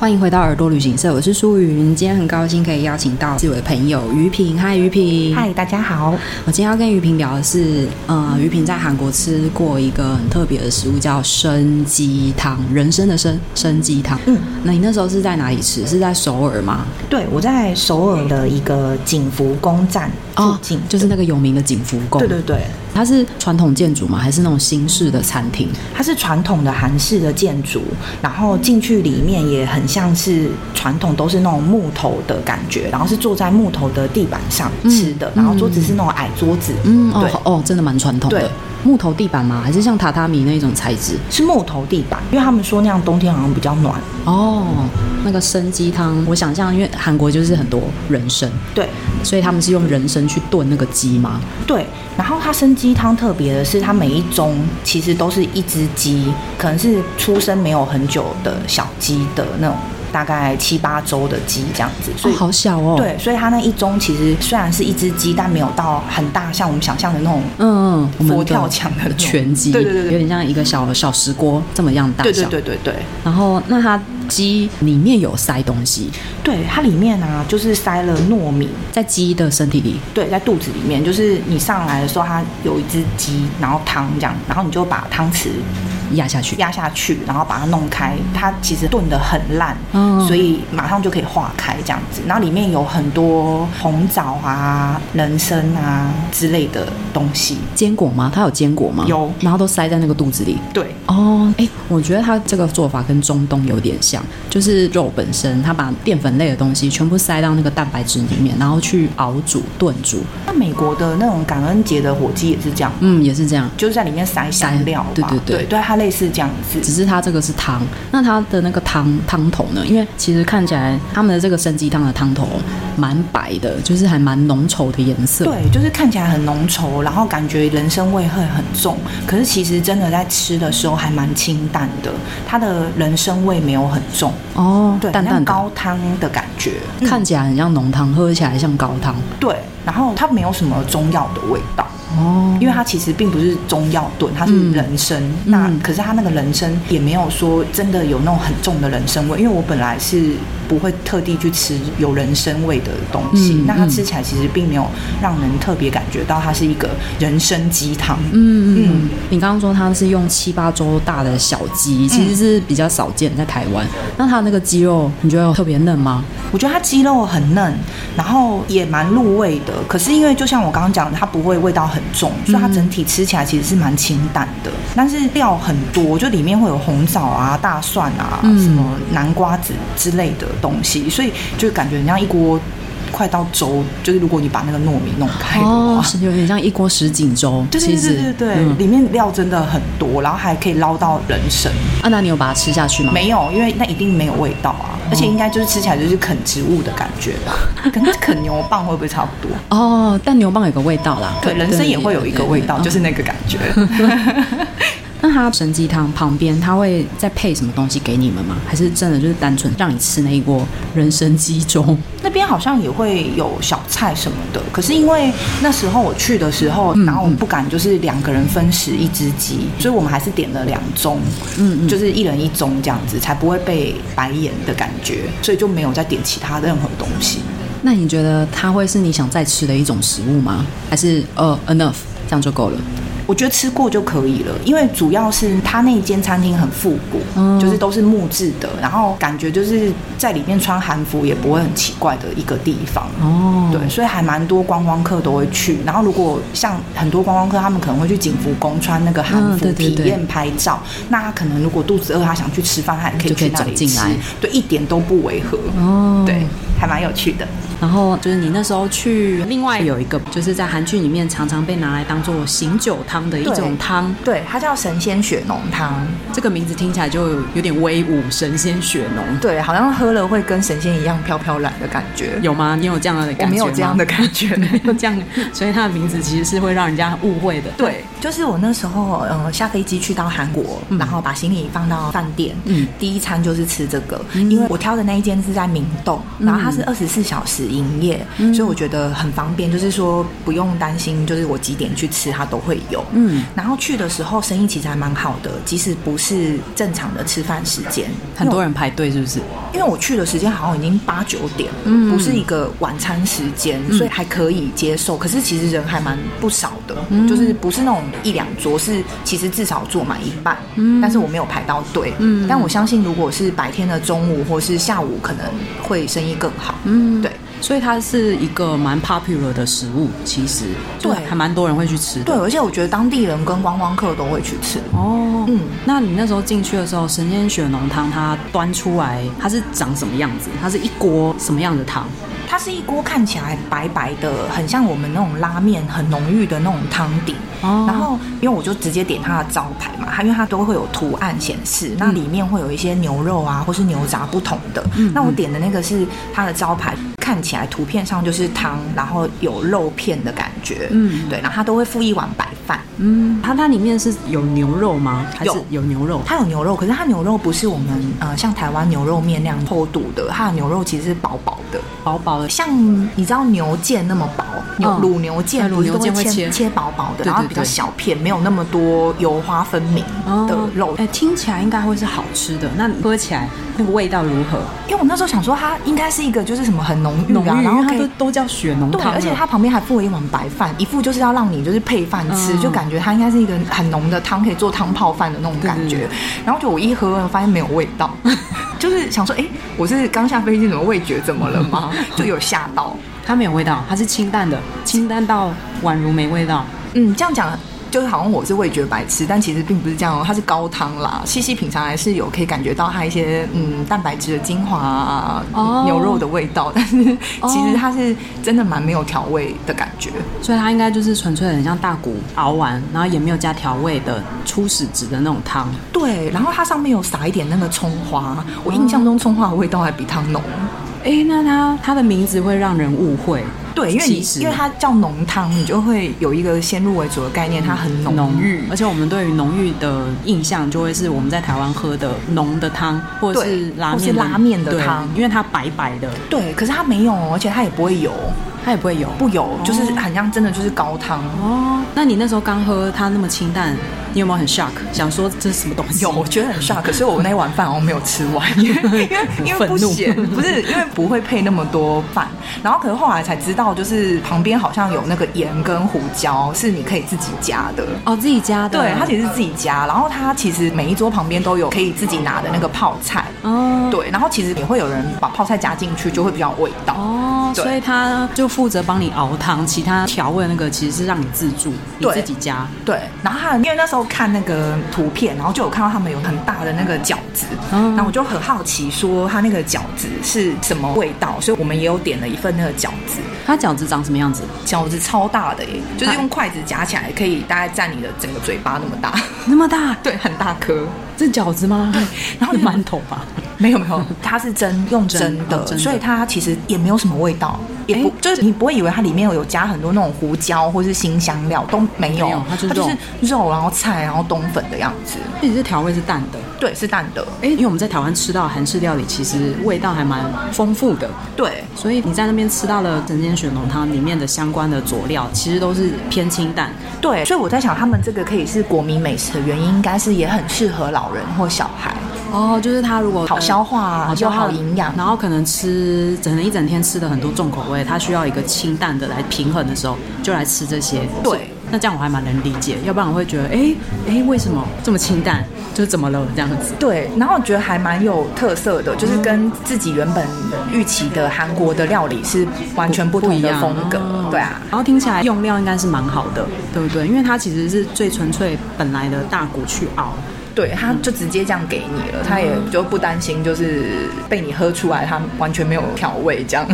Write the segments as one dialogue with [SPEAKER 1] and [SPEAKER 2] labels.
[SPEAKER 1] 欢迎回到耳朵旅行社，我是舒云。今天很高兴可以邀请到是我的朋友于平。嗨，于平。
[SPEAKER 2] 嗨，大家好。
[SPEAKER 1] 我今天要跟于平聊的是，呃，于平在韩国吃过一个很特别的食物，叫参鸡汤，人参的参参鸡汤。嗯，那你那时候是在哪里吃？是在首尔吗？
[SPEAKER 2] 对，我在首尔的一个景福宫站附近，
[SPEAKER 1] 哦就是那个有名的景福宫。
[SPEAKER 2] 对对对，
[SPEAKER 1] 它是传统建筑吗？还是那种新式的餐厅？
[SPEAKER 2] 它是传统的韩式的建筑，然后进去里面也很像是传统，都是那种木头的感觉，然后是坐在木头的地板上吃的，然后桌子是那种矮桌子。
[SPEAKER 1] 嗯，哦
[SPEAKER 2] 对，
[SPEAKER 1] 哦，真的蛮传统的
[SPEAKER 2] 对。
[SPEAKER 1] 木头地板吗？还是像榻榻米那种材质？
[SPEAKER 2] 是木头地板，因为他们说那样冬天好像比较暖。
[SPEAKER 1] 哦，那个参鸡汤，我想象，因为韩国就是很多人参，
[SPEAKER 2] 对
[SPEAKER 1] 所以他们是用人参去炖那个鸡吗？
[SPEAKER 2] 对，然后它参鸡汤特别的是，它每一盅其实都是一只鸡，可能是出生没有很久的小鸡的那种，大概七八周的鸡这样子，
[SPEAKER 1] 哦
[SPEAKER 2] 所，以。
[SPEAKER 1] 好小哦。，
[SPEAKER 2] 对，所以它那一盅其实虽然是一只鸡，但没有到很大，像我们想象的那种
[SPEAKER 1] 嗯，嗯我们
[SPEAKER 2] 佛
[SPEAKER 1] 的
[SPEAKER 2] 跳墙的那种
[SPEAKER 1] 全鸡，
[SPEAKER 2] 对对对对
[SPEAKER 1] 有点像一个小小石锅这么样大小。
[SPEAKER 2] 对对对对对
[SPEAKER 1] 然后，那它鸡里面有塞东西，
[SPEAKER 2] 对，它里面啊就是塞了糯米，
[SPEAKER 1] 在鸡的身体里。
[SPEAKER 2] 对，在肚子里面，就是你上来的时候，它有一只鸡，然后汤这样，然后你就把汤匙
[SPEAKER 1] 压下去，
[SPEAKER 2] 压下去，然后把它弄开，它其实炖得很烂，
[SPEAKER 1] 嗯
[SPEAKER 2] 所以马上就可以化开这样子。然后里面有很多红枣啊、人参啊之类的东西，
[SPEAKER 1] 坚果吗？它有坚果吗？
[SPEAKER 2] 有
[SPEAKER 1] 然后都塞在那个肚子里。
[SPEAKER 2] 对。
[SPEAKER 1] 哦，哎，我觉得它这个做法跟中东有点像，就是肉本身，它把淀粉类的东西全部塞到那个蛋白质里面，然后去熬煮、炖煮。
[SPEAKER 2] 那美国的那种感恩节的火鸡也是这样，
[SPEAKER 1] 嗯，也是这样。
[SPEAKER 2] 就是在里面塞香料吧，
[SPEAKER 1] 塞对对对
[SPEAKER 2] 对它类似这样
[SPEAKER 1] 只
[SPEAKER 2] 子。
[SPEAKER 1] 是它这个是汤，那它的那个汤汤头呢？因为其实看起来他们的这个参鸡汤的汤头蛮白的，就是还蛮浓稠的颜色。
[SPEAKER 2] 对，就是看起来很浓稠，然后感觉人参味会很重，可是其实真的在吃的时候还蛮清淡的，它的人参味没有很重，
[SPEAKER 1] 哦，
[SPEAKER 2] 对，
[SPEAKER 1] 淡
[SPEAKER 2] 很
[SPEAKER 1] 淡
[SPEAKER 2] 像
[SPEAKER 1] 的，
[SPEAKER 2] 高汤的感觉，嗯
[SPEAKER 1] 看起来很像浓汤，喝起来像高汤。
[SPEAKER 2] 对，然后它没有什么中药的味道，
[SPEAKER 1] 哦，
[SPEAKER 2] 因为它其实并不是中药炖，它是人参。
[SPEAKER 1] 嗯
[SPEAKER 2] 那可是它那个人参也没有说真的有那种很重的人参味，因为我本来是不会特地去吃有人参味的东西，
[SPEAKER 1] 嗯
[SPEAKER 2] 那它
[SPEAKER 1] 嗯
[SPEAKER 2] 吃起来其实并没有让人特别感觉到它是一个人参鸡汤。
[SPEAKER 1] 嗯嗯
[SPEAKER 2] 嗯，
[SPEAKER 1] 你刚刚说它是用七八周大的小鸡，其实是比较少见在台湾。那它那个鸡肉，你觉得有特别嫩吗？
[SPEAKER 2] 我觉得它鸡肉很嫩，然后也蛮入味的。可是因为就像我刚刚讲的，它不会味道很重，
[SPEAKER 1] 嗯
[SPEAKER 2] 所以它整体吃起来其实是蛮清淡的。但是料很多，就里面会有红枣啊、大蒜啊、
[SPEAKER 1] 嗯
[SPEAKER 2] 什么南瓜子之类的东西，所以就感觉很像一锅快到粥。就是如果你把那个糯米弄开的话。
[SPEAKER 1] 哦是有点像一锅什锦粥。
[SPEAKER 2] 哦对对
[SPEAKER 1] 其
[SPEAKER 2] 对
[SPEAKER 1] 实
[SPEAKER 2] 对对对，
[SPEAKER 1] 嗯
[SPEAKER 2] 里面料真的很多，然后还可以捞到人参。
[SPEAKER 1] 啊，那你有把它吃下去吗？
[SPEAKER 2] 没有，因为那一定没有味道啊，而且应该就是吃起来就是啃植物的感觉 吧，跟啃牛蒡会不会差不多？
[SPEAKER 1] 哦，但牛蒡有个味道啦，
[SPEAKER 2] 对，人参也会有一个味道，
[SPEAKER 1] 对哦
[SPEAKER 2] 就是那个感 觉。
[SPEAKER 1] 那它神鸡汤旁边，它会再配什么东西给你们吗？还是真的就是单纯让你吃那一锅人参鸡 粥？
[SPEAKER 2] 那边好像也会有小菜什么的，可是因为那时候我去的时候，然后我们不敢就是两个人分食一只鸡，所以我们还是点了两盅，嗯，就是一人一盅这样子，才不会被白眼的感觉，所以就没有再点其他任何东西。
[SPEAKER 1] 那你觉得它会是你想再吃的一种食物吗？还是呃 enough 这样就够了？
[SPEAKER 2] 我觉得吃过就可以了，因为主要是它那间餐厅很复古，
[SPEAKER 1] 嗯
[SPEAKER 2] 就是都是木质的，然后感觉就是在里面穿韩服也不会很奇怪的一个地方。
[SPEAKER 1] 哦，
[SPEAKER 2] 对，所以还蛮多观光客都会去。然后如果像很多观光客，他们可能会去景福宫穿那个韩
[SPEAKER 1] 嗯
[SPEAKER 2] 服
[SPEAKER 1] 对对
[SPEAKER 2] 体
[SPEAKER 1] 对
[SPEAKER 2] 验拍照。那他可能如果肚子饿，他想去吃饭，他也可以
[SPEAKER 1] 就可以
[SPEAKER 2] 去那
[SPEAKER 1] 走
[SPEAKER 2] 里
[SPEAKER 1] 进
[SPEAKER 2] 吃
[SPEAKER 1] 来，
[SPEAKER 2] 对，一点都不违和。
[SPEAKER 1] 哦，
[SPEAKER 2] 对，还蛮有趣的。
[SPEAKER 1] 然后就是你那时候去，另外有一个就是在韩剧里面常常被拿来当做醒酒汤的一种
[SPEAKER 2] 对
[SPEAKER 1] 汤，
[SPEAKER 2] 对，它叫神仙血浓汤。
[SPEAKER 1] 这个名字听起来就有点威武，神仙血浓，
[SPEAKER 2] 对，好像喝了会跟神仙一样飘飘然的感觉。
[SPEAKER 1] 有吗？你有这样的感觉
[SPEAKER 2] 我
[SPEAKER 1] 吗？。
[SPEAKER 2] 没有这样的感觉
[SPEAKER 1] 没有 这样的，所以它的名字其实是会让人家误会的。
[SPEAKER 2] 对，就是我那时候，呃，下飞机去到韩国，然后把行李放到饭店，
[SPEAKER 1] 嗯
[SPEAKER 2] 第一餐就是吃这个，因为我挑的那一间是在明洞，然后它是二十四小时嗯营业，所以我觉得很方便，就是说不用担心，就是我几点去吃它都会有。久，嗯，然后去的时候生意其实还蛮好的，即使不是正常的吃饭时间，
[SPEAKER 1] 很多人排队是不是？
[SPEAKER 2] 因为我去的时间好像已经八九点，不是一个晚餐时间，所以还可以接受。可是其实人还蛮不少的，就是不是那种一两桌，是其实至少坐满一半。但是我没有排到队。但我相信如果是白天的中午或是下午，可能会生意更好。嗯，对。
[SPEAKER 1] 所以它是一个蛮 popular 的食物，其实就
[SPEAKER 2] 对
[SPEAKER 1] 还蛮多人会去吃的。
[SPEAKER 2] 对，而且我觉得当地人跟观光客都会去吃，
[SPEAKER 1] 哦，
[SPEAKER 2] 嗯
[SPEAKER 1] 嗯，那你那时候进去的时候，神仙血浓汤它端出来，它是长什么样子？它是一锅什么样的汤？
[SPEAKER 2] 它是一锅看起来白白的，很像我们那种拉面很浓郁的那种汤底。
[SPEAKER 1] 哦
[SPEAKER 2] 然后因为我就直接点它的招牌嘛，它因为它都会有图案显示，
[SPEAKER 1] 嗯
[SPEAKER 2] 那里面会有一些牛肉啊或是牛杂不同的。
[SPEAKER 1] 嗯
[SPEAKER 2] 那我点的那个是它的招牌。看起来图片上就是汤，然后有肉片的感觉，嗯，对，然后它都会附一碗白饭，
[SPEAKER 1] 嗯，它它里面是有牛肉吗？还是
[SPEAKER 2] 有
[SPEAKER 1] 有牛肉？
[SPEAKER 2] 它有牛肉，可是它牛肉不是我们呃像台湾牛肉面那样厚度的，它的牛肉其实是薄薄的，
[SPEAKER 1] 薄薄的，
[SPEAKER 2] 像你知道牛腱那么薄，牛
[SPEAKER 1] 嗯
[SPEAKER 2] 卤牛腱
[SPEAKER 1] 对
[SPEAKER 2] 不是都
[SPEAKER 1] 卤牛腱会
[SPEAKER 2] 会切
[SPEAKER 1] 切
[SPEAKER 2] 切薄薄
[SPEAKER 1] 对
[SPEAKER 2] 的，
[SPEAKER 1] 对
[SPEAKER 2] 然后比较
[SPEAKER 1] 对
[SPEAKER 2] 小片，没有那么多油花分明的肉
[SPEAKER 1] 哎、。听起来应该会是好吃的。那喝起来那个味道如何？
[SPEAKER 2] 因为我那时候想说，它应该是一个就是什么很浓郁
[SPEAKER 1] 浓
[SPEAKER 2] 啊，
[SPEAKER 1] 郁，
[SPEAKER 2] 然
[SPEAKER 1] 因
[SPEAKER 2] 后
[SPEAKER 1] 为它
[SPEAKER 2] 可
[SPEAKER 1] 都
[SPEAKER 2] 以。
[SPEAKER 1] 都叫血浓
[SPEAKER 2] 对，
[SPEAKER 1] 汤了。
[SPEAKER 2] 而且它旁边还附了一碗白饭，一副就是要让你就是配饭吃，
[SPEAKER 1] 嗯
[SPEAKER 2] 就感觉它应该是一个很浓的汤，可以做汤泡饭的那种感觉。
[SPEAKER 1] 对对
[SPEAKER 2] 然后就我一喝，发现没有味道， 就是想说，哎、我是刚下飞机，怎么味觉怎么了吗？ 就有吓到。
[SPEAKER 1] 它没有味道，它是清淡的，清淡到宛如没味道。
[SPEAKER 2] 嗯，这样讲就是好像我是味觉白痴，但其实并不是这样哦，它是高汤啦，细细品尝还是有可以感觉到它一些嗯蛋白质的精华啊、
[SPEAKER 1] 哦
[SPEAKER 2] 牛肉的味道，但是
[SPEAKER 1] 哦
[SPEAKER 2] 其实它是真的蛮没有调味的感觉。
[SPEAKER 1] 所以它应该就是纯粹很像大骨熬完，然后也没有加调味的初始值的那种汤。
[SPEAKER 2] 对，然后它上面有撒一点那个葱花，我印象中葱花的味道还比它浓。
[SPEAKER 1] 哎、那它它的名字会让人误会，
[SPEAKER 2] 对，因为你
[SPEAKER 1] 其实
[SPEAKER 2] 因为它叫浓汤，你就会有一个先入为主的概念，它很浓郁。
[SPEAKER 1] 而且我们对于浓郁的印象就会是我们在台湾喝的浓的汤，或者是
[SPEAKER 2] 对
[SPEAKER 1] 拉
[SPEAKER 2] 或是
[SPEAKER 1] 面的
[SPEAKER 2] 拉面的
[SPEAKER 1] 对
[SPEAKER 2] 汤
[SPEAKER 1] 因为它白白的，
[SPEAKER 2] 对，可是它没有哦，而且它也不会油，
[SPEAKER 1] 它也不会油。
[SPEAKER 2] 不油，就是很像真的就是高汤。
[SPEAKER 1] 哦，那你那时候刚喝它那么清淡，你有没有很 shock？想说这是什么东西？
[SPEAKER 2] 有，我觉得很 shock，可是我那一碗饭好像没有吃完， 因为因为因为不
[SPEAKER 1] 愤怒
[SPEAKER 2] 咸，不是因为不会配那么多饭，然后可是后来才知道，就是旁边好像有那个盐跟胡椒是你可以自己加的。
[SPEAKER 1] 哦，自己家的，
[SPEAKER 2] 对，它其
[SPEAKER 1] 实
[SPEAKER 2] 实是自己加，然后它其实每一桌旁边都有可以自己拿的那个泡菜，
[SPEAKER 1] 哦，
[SPEAKER 2] 对，然后其实也会有人把泡菜加进去，就会比较有味道。
[SPEAKER 1] 哦，
[SPEAKER 2] 对
[SPEAKER 1] 所以它就负责帮你熬汤，其他调味那个其实是让你自助，你
[SPEAKER 2] 对
[SPEAKER 1] 自己加。
[SPEAKER 2] 对，然后他因为那时候看那个图片，然后就有看到他们有很大的那个饺子，
[SPEAKER 1] 嗯
[SPEAKER 2] 然后我就很好奇说他那个饺子是什么味道，所以我们也有点了一份那个饺子，
[SPEAKER 1] 它饺子长什么样子？
[SPEAKER 2] 饺子超大的耶，就是用筷子夹起来可以大概占你的整个嘴巴那么大，
[SPEAKER 1] 那么大，
[SPEAKER 2] 对，很大颗。
[SPEAKER 1] 这饺子吗？
[SPEAKER 2] 然后
[SPEAKER 1] 是馒头吧？
[SPEAKER 2] 没有没有，它是蒸用蒸
[SPEAKER 1] 蒸
[SPEAKER 2] 的，
[SPEAKER 1] 哦蒸的
[SPEAKER 2] 所以它其实也没有什么味道，也不、
[SPEAKER 1] 哎
[SPEAKER 2] 就是你不会以为它里面有加很多那种胡椒或是新香料都没有，
[SPEAKER 1] 没有它就是
[SPEAKER 2] 是肉，然后菜，然后冬粉的样子，
[SPEAKER 1] 而且这调味是淡的。
[SPEAKER 2] 对，是淡的。
[SPEAKER 1] 哎，因为我们在台湾吃到韩式料理，其实味道还蛮丰富的，
[SPEAKER 2] 对，
[SPEAKER 1] 所以你在那边吃到了整间雪浓汤里面的相关的佐料，其实都是偏清淡。
[SPEAKER 2] 对，所以我在想，他们这个可以是国民美食的原因，应该是也很适合老人或小孩，
[SPEAKER 1] 哦，就是它如果
[SPEAKER 2] 好消化啊
[SPEAKER 1] 好消化
[SPEAKER 2] 又好营养
[SPEAKER 1] 然后可能吃整一整天吃的很多重口味，它需要一个清淡的来平衡的时候，就来吃这些。
[SPEAKER 2] 对，
[SPEAKER 1] 那这样我还蛮能理解，要不然我会觉得，哎哎，为什么这么清淡？就是怎么了这样子？
[SPEAKER 2] 对，然后我觉得还蛮有特色的，就是跟自己原本预期的韩国的料理是完全不同
[SPEAKER 1] 一
[SPEAKER 2] 的
[SPEAKER 1] 样
[SPEAKER 2] 风格
[SPEAKER 1] 哦。
[SPEAKER 2] 对啊，
[SPEAKER 1] 然后听起来用料应该是蛮好的，对不对？因为它其实是最纯粹本来的大骨去熬。
[SPEAKER 2] 对，他就直接这样给你了，他也就不担心，就是被你喝出来，他完全没有调味 这样。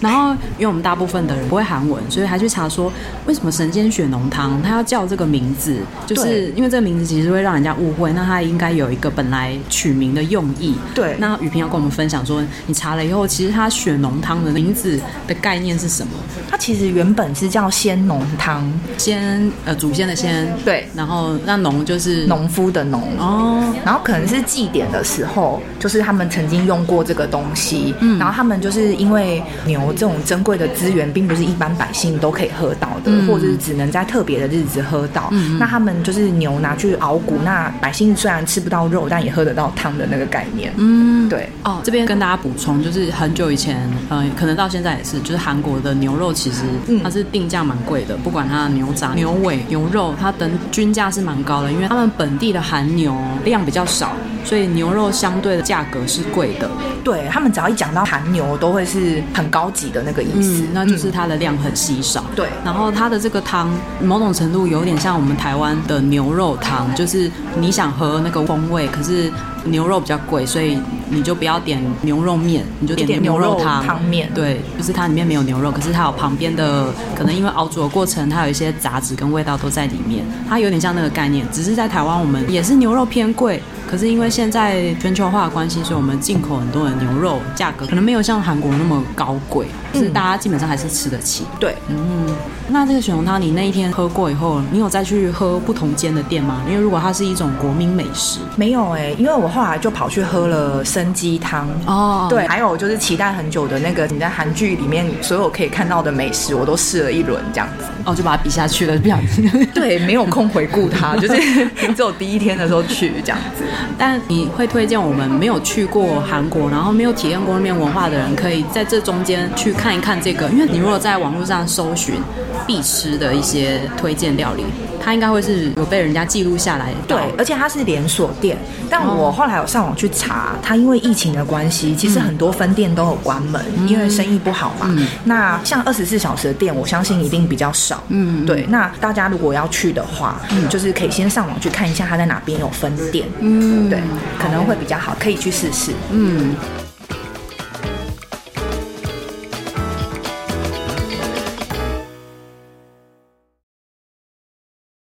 [SPEAKER 1] 然后，因为我们大部分的人不会韩文，所以还去查说为什么神仙血浓汤它要叫这个名字，就是因为这个名字其实会让人家误会。那它应该有一个本来取名的用意。
[SPEAKER 2] 对
[SPEAKER 1] 那雨萍要跟我们分享说，你查了以后，其实它血浓汤的名字的概念是什么？
[SPEAKER 2] 它其实原本是叫鲜浓汤，
[SPEAKER 1] 先呃，祖先的先，
[SPEAKER 2] 对
[SPEAKER 1] 然后那浓就是
[SPEAKER 2] 农夫的农。
[SPEAKER 1] 哦，
[SPEAKER 2] 然后可能是祭
[SPEAKER 1] 嗯
[SPEAKER 2] 典的时候，就是他们曾经用过这个东西，然后他们就是因为牛牛这种珍贵的资源，并不是一般百姓都可以喝到的，
[SPEAKER 1] 嗯
[SPEAKER 2] 或者是只能在特别的日子喝到。那他们就是牛拿去熬骨，那百姓虽然吃不到肉，但也喝得到汤的那个概念。嗯，对。
[SPEAKER 1] 哦，这边跟大家补充，就是很久以前，呃，可能到现在也是，就是韩国的牛肉其实它是定价蛮贵的，不管它的牛杂、牛尾、牛肉，它等均价是蛮高的，因为他们本地的韩牛量比较少，所以牛肉相对的价格是贵的。
[SPEAKER 2] 对他们只要一讲到韩牛，都会是很高级的那个意思。
[SPEAKER 1] 嗯，那就是它的量很稀少。
[SPEAKER 2] 对
[SPEAKER 1] 然后它的这个汤某种程度有点像我们台湾的牛肉汤，就是你想喝那个风味，可是牛肉比较贵，所以你就不要点牛肉面，你就
[SPEAKER 2] 点
[SPEAKER 1] 点
[SPEAKER 2] 牛
[SPEAKER 1] 牛
[SPEAKER 2] 肉
[SPEAKER 1] 肉汤。嗯
[SPEAKER 2] 汤面
[SPEAKER 1] 对，就是它里面没有牛肉，可是它有旁边的，可能因为熬煮的过程，它有一些杂质跟味道都在里面。它有点像那个概念，只是在台湾我们也是牛肉偏贵。可是因为现在全球化的关系，所以我们进口很多的牛肉价格可能没有像韩国那么高贵，就是大家基本上还是吃得起。
[SPEAKER 2] 对，
[SPEAKER 1] 那这个雪浓汤，你那一天喝过以后，你有再去喝不同间的店吗？因为如果它是一种国民美食，
[SPEAKER 2] 没有哎、因为我后来就跑去喝了参鸡汤。
[SPEAKER 1] 哦
[SPEAKER 2] 对，还有就是期待很久的那个你在韩剧里面所有可以看到的美食，我都试了一轮这样子。
[SPEAKER 1] 哦，就把它比下去了，不想。
[SPEAKER 2] 对，没有空回顾 它，就是只有第一天的时候去这样子。
[SPEAKER 1] 但你会推荐我们没有去过韩国，然后没有体验过那边文化的人，可以在这中间去看一看这个，因为你如果在网络上搜寻必吃的一些推荐料理，它应该会是有被人家记录下来。
[SPEAKER 2] 对，而且它是连锁店，但我后来有上网去查，它因为疫情的关系，其实很多分店都有关门，因为生意不好嘛。那像二十四小时的店，我相信一定比较少。嗯，对。那大家如果要去的话，就是可以先上网去看一下它在哪边有分店。嗯，对，可能会比较好，可以去试试。
[SPEAKER 1] 嗯，